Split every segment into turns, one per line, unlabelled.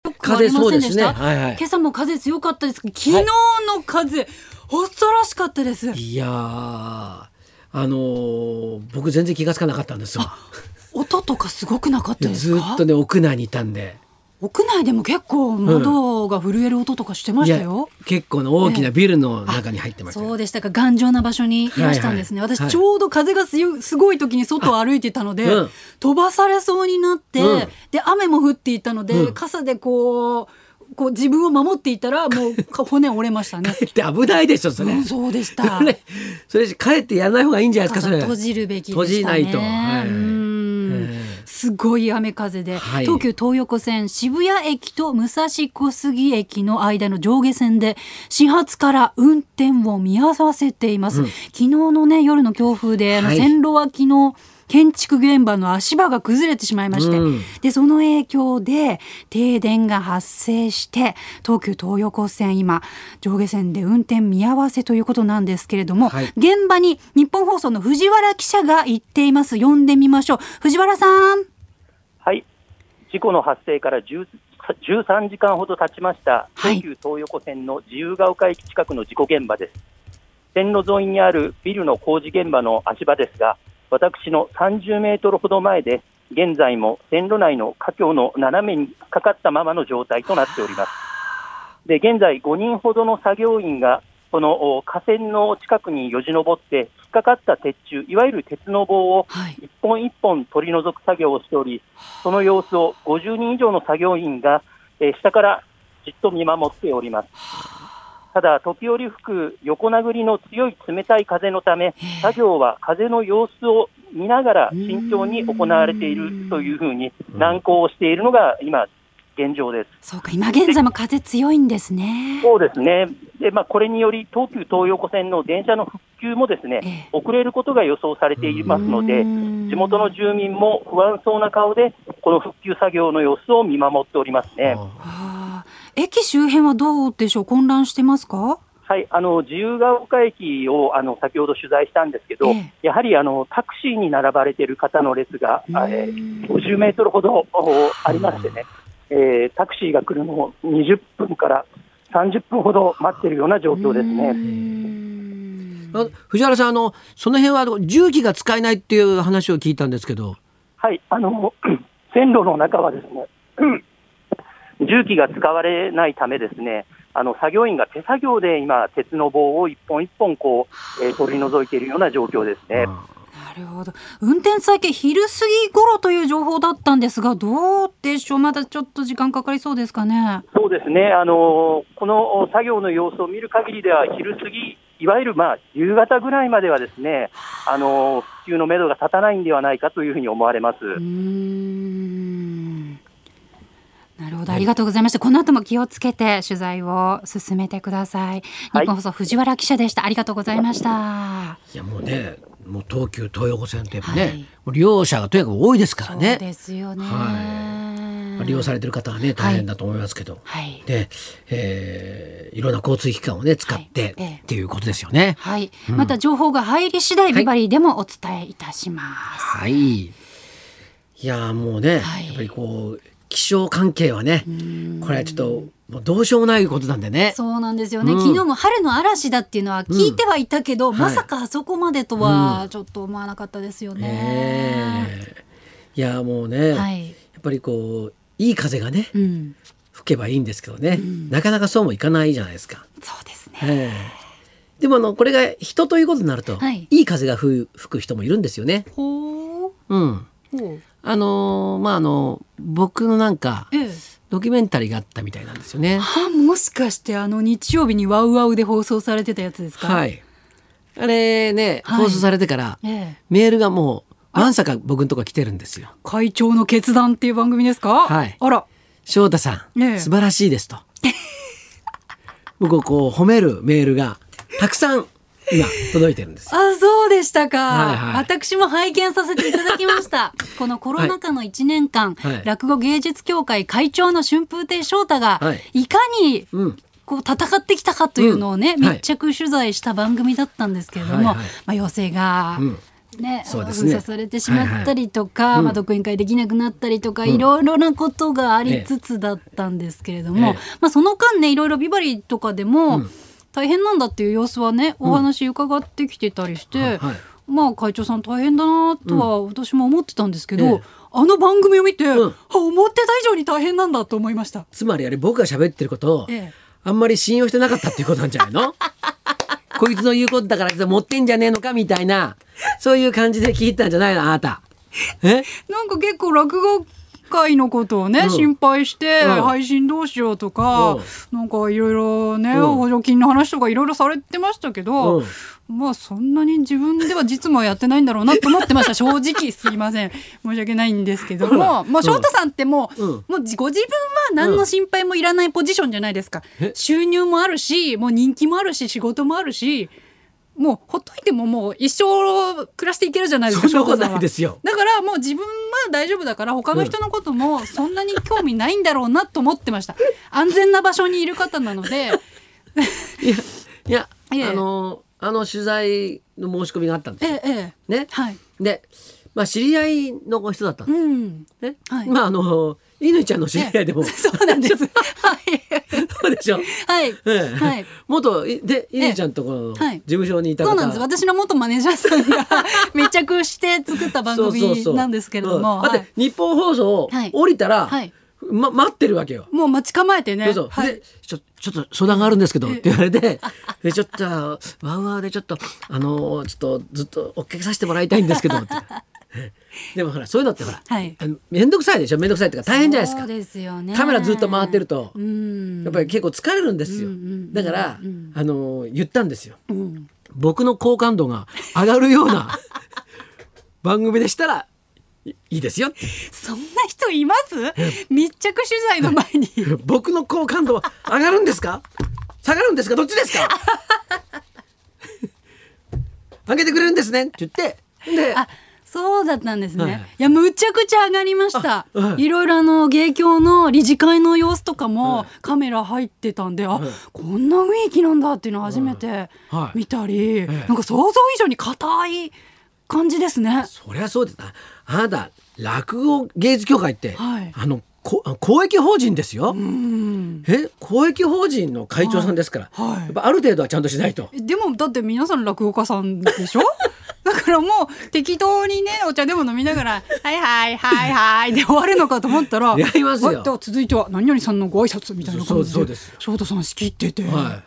もありませんでした。
風そうですねはいはい
今朝も風強かったですけど、昨日の風、恐ろしかったです。
いやーあのー僕全然気がつかなかったんですよ
音とかすごくなかったです
ず
か。
ーっとね屋内にいたんで
屋内でも結構窓が震える音とかしてま
い
した
や
よ。
結構の大きなビルの中に入ってましたよ
そうでしたか頑丈な場所にいらしたんですね、
はいはい
私ちょうど風がすよすごい時に外を歩いていたので、
あうん
飛ばされそうになって、
うん
で雨も降っていたので、
うん
傘でこうこう自分を守っていたらも うか骨折れましたね、
って危ない でしょそれ、
うん、そうでした
それそれ帰ってやらない方がいいんじゃないです
傘
かそれ
閉じるべきでしたね
閉じないと、はい
うん
ええ
すごい雨風で、
はい
東急東横線渋谷駅と武蔵小杉駅の間の上下線で始発から運転を見合わせています、昨日のね夜の強風であの
はい
線路脇の建築現場の足場が崩れてしまいまして、
うん
でその影響で停電が発生して東急東横線今上下線で運転見合わせということなんですけれども、
はい
現場に日本放送の藤原記者が行っています呼んでみましょう藤原さん
はい、事故の発生から10 13時間ほど経ちました、
はい
東急東横線の自由が丘駅近くの事故現場です。線路沿いにあるビルの工事現場の足場ですが、私の30メートルほど前で、現在も線路内の架橋の斜めにかかったままの状態となっております。で、現在5人ほどの作業員が、このお架線の近くによじ登って、引っかかった鉄柱、いわゆる鉄の棒を
はい
一本一本取り除く作業をしており、その様子を50人以上の作業員が、えー下からじっと見守っております。ただ、時折吹く横殴りの強い冷たい風のため、作業は風の様子を見ながら慎重に行われているというふうに難航しているのが今、現状です。
そうか今現在も風強いんですね
そうですね。で、まあ、これにより、東急東横線の電車の復旧もですね、遅れることが予想されていますので、
うん
地元の住民も不安そうな顔で、この復旧作業の様子を見守っておりますね。
あー駅周辺はどうでしょう混乱してますか
はい、あの自由が丘駅をあの先ほど取材したんですけど、
ええ
やはりあのタクシーに並ばれている方の列が、あえー50メートルほどおありましてね、えータクシーが来るのを20分から30分ほど待っているような状況ですね。
うん
あ藤原さんあのその辺はあの重機が使えないっていう話を聞いたんですけど
はい、あの 線路の中はですね、重機が使われないためですね、あの作業員が手作業で今、鉄の棒を一本一本こう、えー取り除いているような状況ですね。
なるほど運転再開昼過ぎ頃という情報だったんですがどうでしょうまだちょっと時間かかりそうですかね
そうですね、あのこの作業の様子を見る限りでは、昼過ぎ、いわゆる、まあ、夕方ぐらいまではですね、あの復旧のめどが立たないんではないかというふうに思われます。
うーんなるほどありがとうございましたこの後も気をつけて取材を進めてください
は
日
い
本放送藤原記者でしたありがとうございました
いやもうねもう東急東横線ってやっぱね、
はい
もう利用者がとにかく多いですから
そう
ね
ですよね、
は利用されてる方はね大変だと思いますけど、
はい
で、えーいろんな交通機関をね使って、
はいええ
っていうことですよね。
はい、また情報が入り次第、ビバリーでもお伝えいたします
はい。いやーもうね、
はい
やっぱりこう気象関係はね、これはちょっともうどうしようもないことなんでね。
そうなんですよね、
うん
昨日も春の嵐だっていうのは聞いてはいたけど、
ん
まさかあそこまでとはちょっと思わなかったですよね。
ええいやーもうね、
はい
やっぱりこういい風がね
うん、
吹けばいいんですけどね、なかなかそうもいかないじゃないですか。
そうですね。
ええでもあのこれが人ということになると、
はいい、
い風が吹く吹く人もいるんですよね。
ほう、
うん。
ほう、
あのーまああの僕のなんか
ええ。
ドキュメンタリーがあったみたいなんですよね。
あ、もしかしてあの日曜日にワウワウで放送されてたやつですか。。
はいい。あれね、
はい
放送されてから、
ええ、
メールがもう、わんさか僕のとこ来てるんですよ。
会長の決断っていう番組ですか。
はい
あら、
翔太さん、
ええ
素晴らしいです と。僕をこう褒めるメールが、たくさん、今、届いてるんですよ。
あ、そうでしたか。
はいはい
私も拝見させていただきま した。このコロナ禍の1年間、
はい
落語芸術協会会長の春風亭昇太が、
はい
い、かに、
うん
こう戦ってきたかというのをね、
うんはい
密着取材した番組だったんですけれども、
はいはい
まあ、要請が、
うん
ね、
そうです
封
ね
鎖されてしまったりとか、
いはい
ま
う
あ、
ん
独演会できなくなったりとか、いろいろなことがありつつだったんですけれども、
ええ
まあ、その間ねいろいろビバリーとかでも、大変なんだっていう様子はねお話伺ってきてたりして、
はいはい
まあ会長さん大変だなとは私も思ってたんですけど、
ええ
あの番組を見て、
うん
あ思ってた以上に大変なんだと思いました。
つまりあれ僕が喋ってることを、
ええ
あんまり信用してなかったっていうことなんじゃない のこいつの言うことだからあいつは持ってんじゃねえのかみたいなそういう感じで聞いたんじゃないのあなた。え
なんか結構落語界のことをね、
うん
心配して、
うん
配信どうしようとか、なんかいろいろね、
うん
補助金の話とかいろいろされてましたけど、
うん
まあそんなに自分では実務はやってないんだろうなと思ってました正直すいません 申し訳ないんですけども、まあ翔太さんってもう、
うん
もうご自分は何の心配もいらないポジションじゃないですか、収入もあるしもう人気もあるし仕事もあるしもうほっといてももう一生暮らしていけるじゃないですか
そんなこと
翔太さは
ないですよ
だからもう自分は大丈夫だから他の人のこともそんなに興味ないんだろうなと思ってました。安全な場所にいる方なの で、
いやいや
いえ
あのあの取材の申し込みがあったんで
え
すよ。
え、ええ、
ね
はい、
で、まあ、知り合いの人だったん
う
です、
ん、
ね
はい
まああの乾ちゃんの知り合いでも、
ええ そうなん です。はい、
そうでしょ。
はい、
ええ
はい。
元いで
え
乾ちゃんとこの事
はい
務所にいた
そ
方
うなんです。私の元マネージャーさんが 密着して作った番組なんですけれども、
そうそうそううん
は
だって日本放送を
はい
降りたら、
はい
ま、待ってるわけよ。
いもう待ち構えてね。
そうそう
はい
でちょちょっと相談があるんですけどって言われて「でちょっとワウワウでちょっとあのちょっとずっと追っかけさせてもらいたいんですけど」ってでもほらそういうのってほら、
はい
あのめんどくさいでしょめんどくさいっていうか大変じゃないですか
そうですよね。
カメラずっと回ってると
うん、
やっぱり結構疲れるんですよ、
うんうんうん
だから、あの言ったんですよ
うん、
僕の好感度が上がるよう な番組でしたらいいいですよって
そんな人います？密着取材の前に。
僕の好感度は上がるんですか下がるんですかどっちで すか上げてくれるんですねって言ってで
あそうだったんですね、
はい
い、やむちゃくちゃ上がりました、
あはい
い、ろいろあの芸協の理事会の様子とかも、
はい
カメラ入ってたんであ、
はい
こんな雰囲気なんだっていうのを初めて
はい
見たり、
ええ
なんか想像以上に硬い感じですね
そりゃそうですなあなた落語芸術協会って、
はい
あのこ公益法人ですよ、
うん
え公益法人の会長さんですから、
はいはい
やっぱある程度はちゃんとしないと。
でもだって皆さん落語家さんでしょ だからもう適当にねお茶でも飲みながら「はいはいはいはい」で終わるのかと思ったら
やりますよ
はいでは続いては何々さんのご挨拶みたいな感じ
そうそうです
翔太さん仕切ってて、
は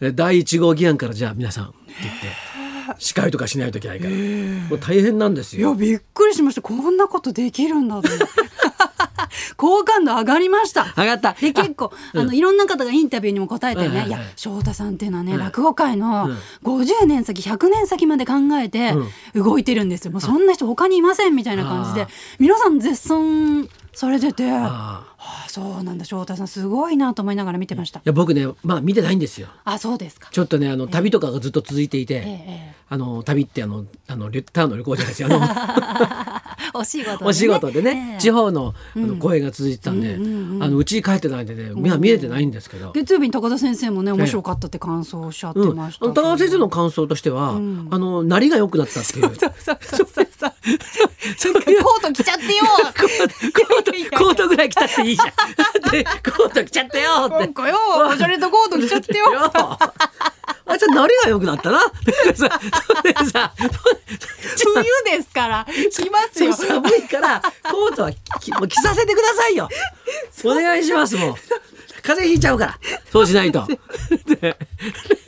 い、で第1号議案からじゃあ皆さんって言って司会とかしないといけないから、もう大変なんです
いや
よ。
びっくりしましたこんなことできるんだって 好感度上がりました
上がった
で結構あのいろんな方がインタビューにも答えてね、
うんうんうん
いや翔太さんっていうのはね、
うん
落語界の
うん
50年先100年先まで考えて動いてるんですよもうそんな人他にいませんみたいな感じ
あ
で
ー
皆さん絶賛されててあ
ああ
あそうなんだ翔太さんすごいなと思いながら見てました
いや僕ねまあ見てないんですよ。
あそうですか
ちょっとねあの旅とかがずっと続いていて、
ええ
あの旅ってあのあの旅ターの旅行じゃないです よあ
お仕事で、ね、
のお仕事でね、
ええ
地方のあの公演が続いてたんで、あのうちに帰ってないんでね目は見れてないんですけど。
月曜日に高田先生もね面白かったって感想をおっしゃって
うん、
ま
あ
したけど、
の高尾先生の感想としては、あのなりが良くなったっていう。
そうそうそうそうそう。なんかコート着ちゃってよ。
コートコートコートぐらい着たっていい じゃん。でコート着ちゃったよって。
なんかよ、おしゃれとコート着ちゃってよ。
あいつは慣れが良くなったな。 それでさ、
冬ですから。着ます
そう
よ。
寒いからコートはきもう着させてくださいよ。お願いしますもう。風邪ひいちゃうから。そうしないと。で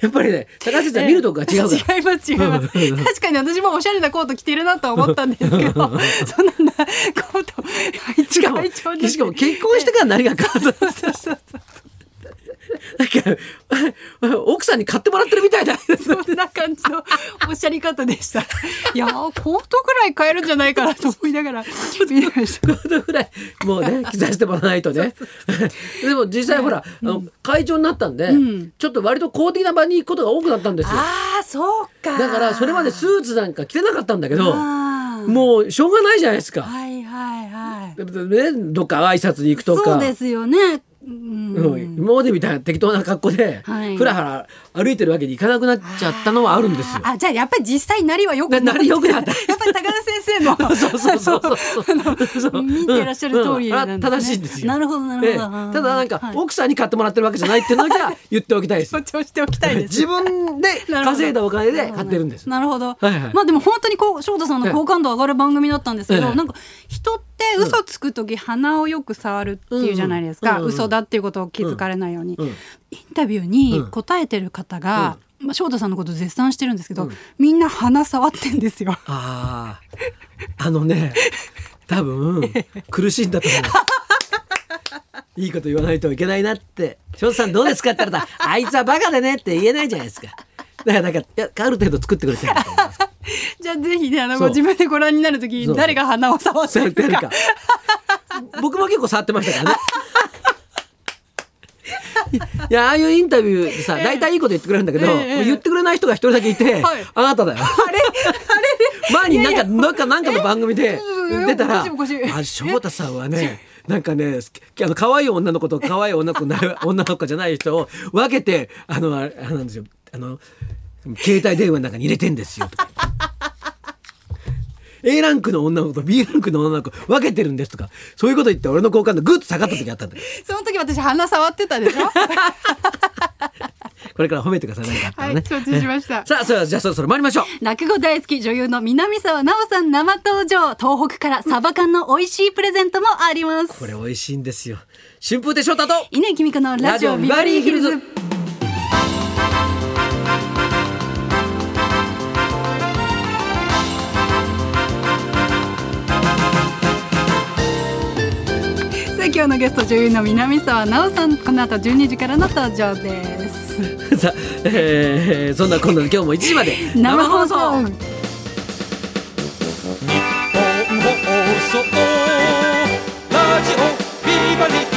やっぱりね、高橋先生は見るとこ が違うから。
違います違います確かに私もおしゃれなコート着てるなとは思ったんですけどそんなコート配置
しか
が
も、
配置をね
しかも結婚してから何が変わったんです
そうそうそう
か 奥さんに買ってもらってるみたいだ。
そんな感じのおっしゃり方でしたいやーコートぐらい買えるんじゃないかなと思いながら見てました
コートぐらいもうね着させてもらわないと ねでも実際ほら、あの会長になったんで、ちょっと割と公的な場に行くことが多くなったんですよ
ああそうか
だからそれまでスーツなんか着てなかったんだけど
あー
もうしょうがないじゃないですか、
はいはいはい
ね、どっか挨拶に行くと
そう
か
ですよね。うん
うん今までみたいな適当な格好で、
はい
ふらふら歩いてるわけにいかなくなっちゃったのはあるんですよ。
あじゃあやっぱり実際なりはよく
ななり良くなった
やっぱり高田先生の
そうそうそう そう
あの
そう
見てらっしゃる通りなんですね、
うん正しいんですよ
なるほどな
え
るほ
え
ど、
ただなんか、
はい
奥さんに買ってもらってるわけじゃないっていうのだけは言っておきた いです。
強調しておきたいです
自分で 稼いだお金で買ってるんです。
なるほど。
はいはい
まあでも本当にこう翔太さんの好感度上がる番組だったんですけど、
ええ
なんか人って嘘つく時鼻をよく触るっていうじゃないですか。
うんうん
嘘だっていうことを気づかれないように。
うんうん
インタビューに答えてる方が、まあ翔太さんのこと絶賛してるんですけど、みんな鼻触ってんです よ。
ああ、あのね、多分苦しいんだと思う。いいこと言わないといけないなって、翔太さんどうですかって言ったら、あいつはバカでねって言えないじゃないですか。だからなんかいやある程度作ってくれてると思います。
じゃあぜひねあの
そ
ご
う
自分でご覧になる時
そう
誰が鼻を触って
触っ
る
て
か
るか。僕も結構触ってましたからね。いやああいうインタビューでさ大体いいこと言ってくれるんだけど、
ええええ
言ってくれない人が一人だけい
は
て、
い
あなただよ。あれ 前になんかなんかなんかの番組で
え
出たら
おかしいおかしい
あ翔太さん はねなんかねすあの可愛い女の子と可愛い女の子な 女の子じゃない人を分けてあのあれあれなんですよあの携帯電話の中に入れてんですよ とか A ランクの女の子と B ランクの女の子分けてるんですとかそういうこと言って俺の好感度グッと下がった時あったんだよ
その時私鼻触ってたで しょ
これから褒めてください何かあったらね、
はい承知しま した
えさあそれではじゃあそろそろ参りましょう
落語大好き女優の南沢奈央さん生登場東北からサバ缶の美味しいプレゼントもあります
これ美味しいんですよ春風亭昇太と
稲木美香のラジオビバリーヒルズ。さあ今日のゲスト女優の南沢奈央さんこの後12時からの登場です
さあ、えー、そんなこんなで今日も1時まで
生放送
本放送ラジオビバリー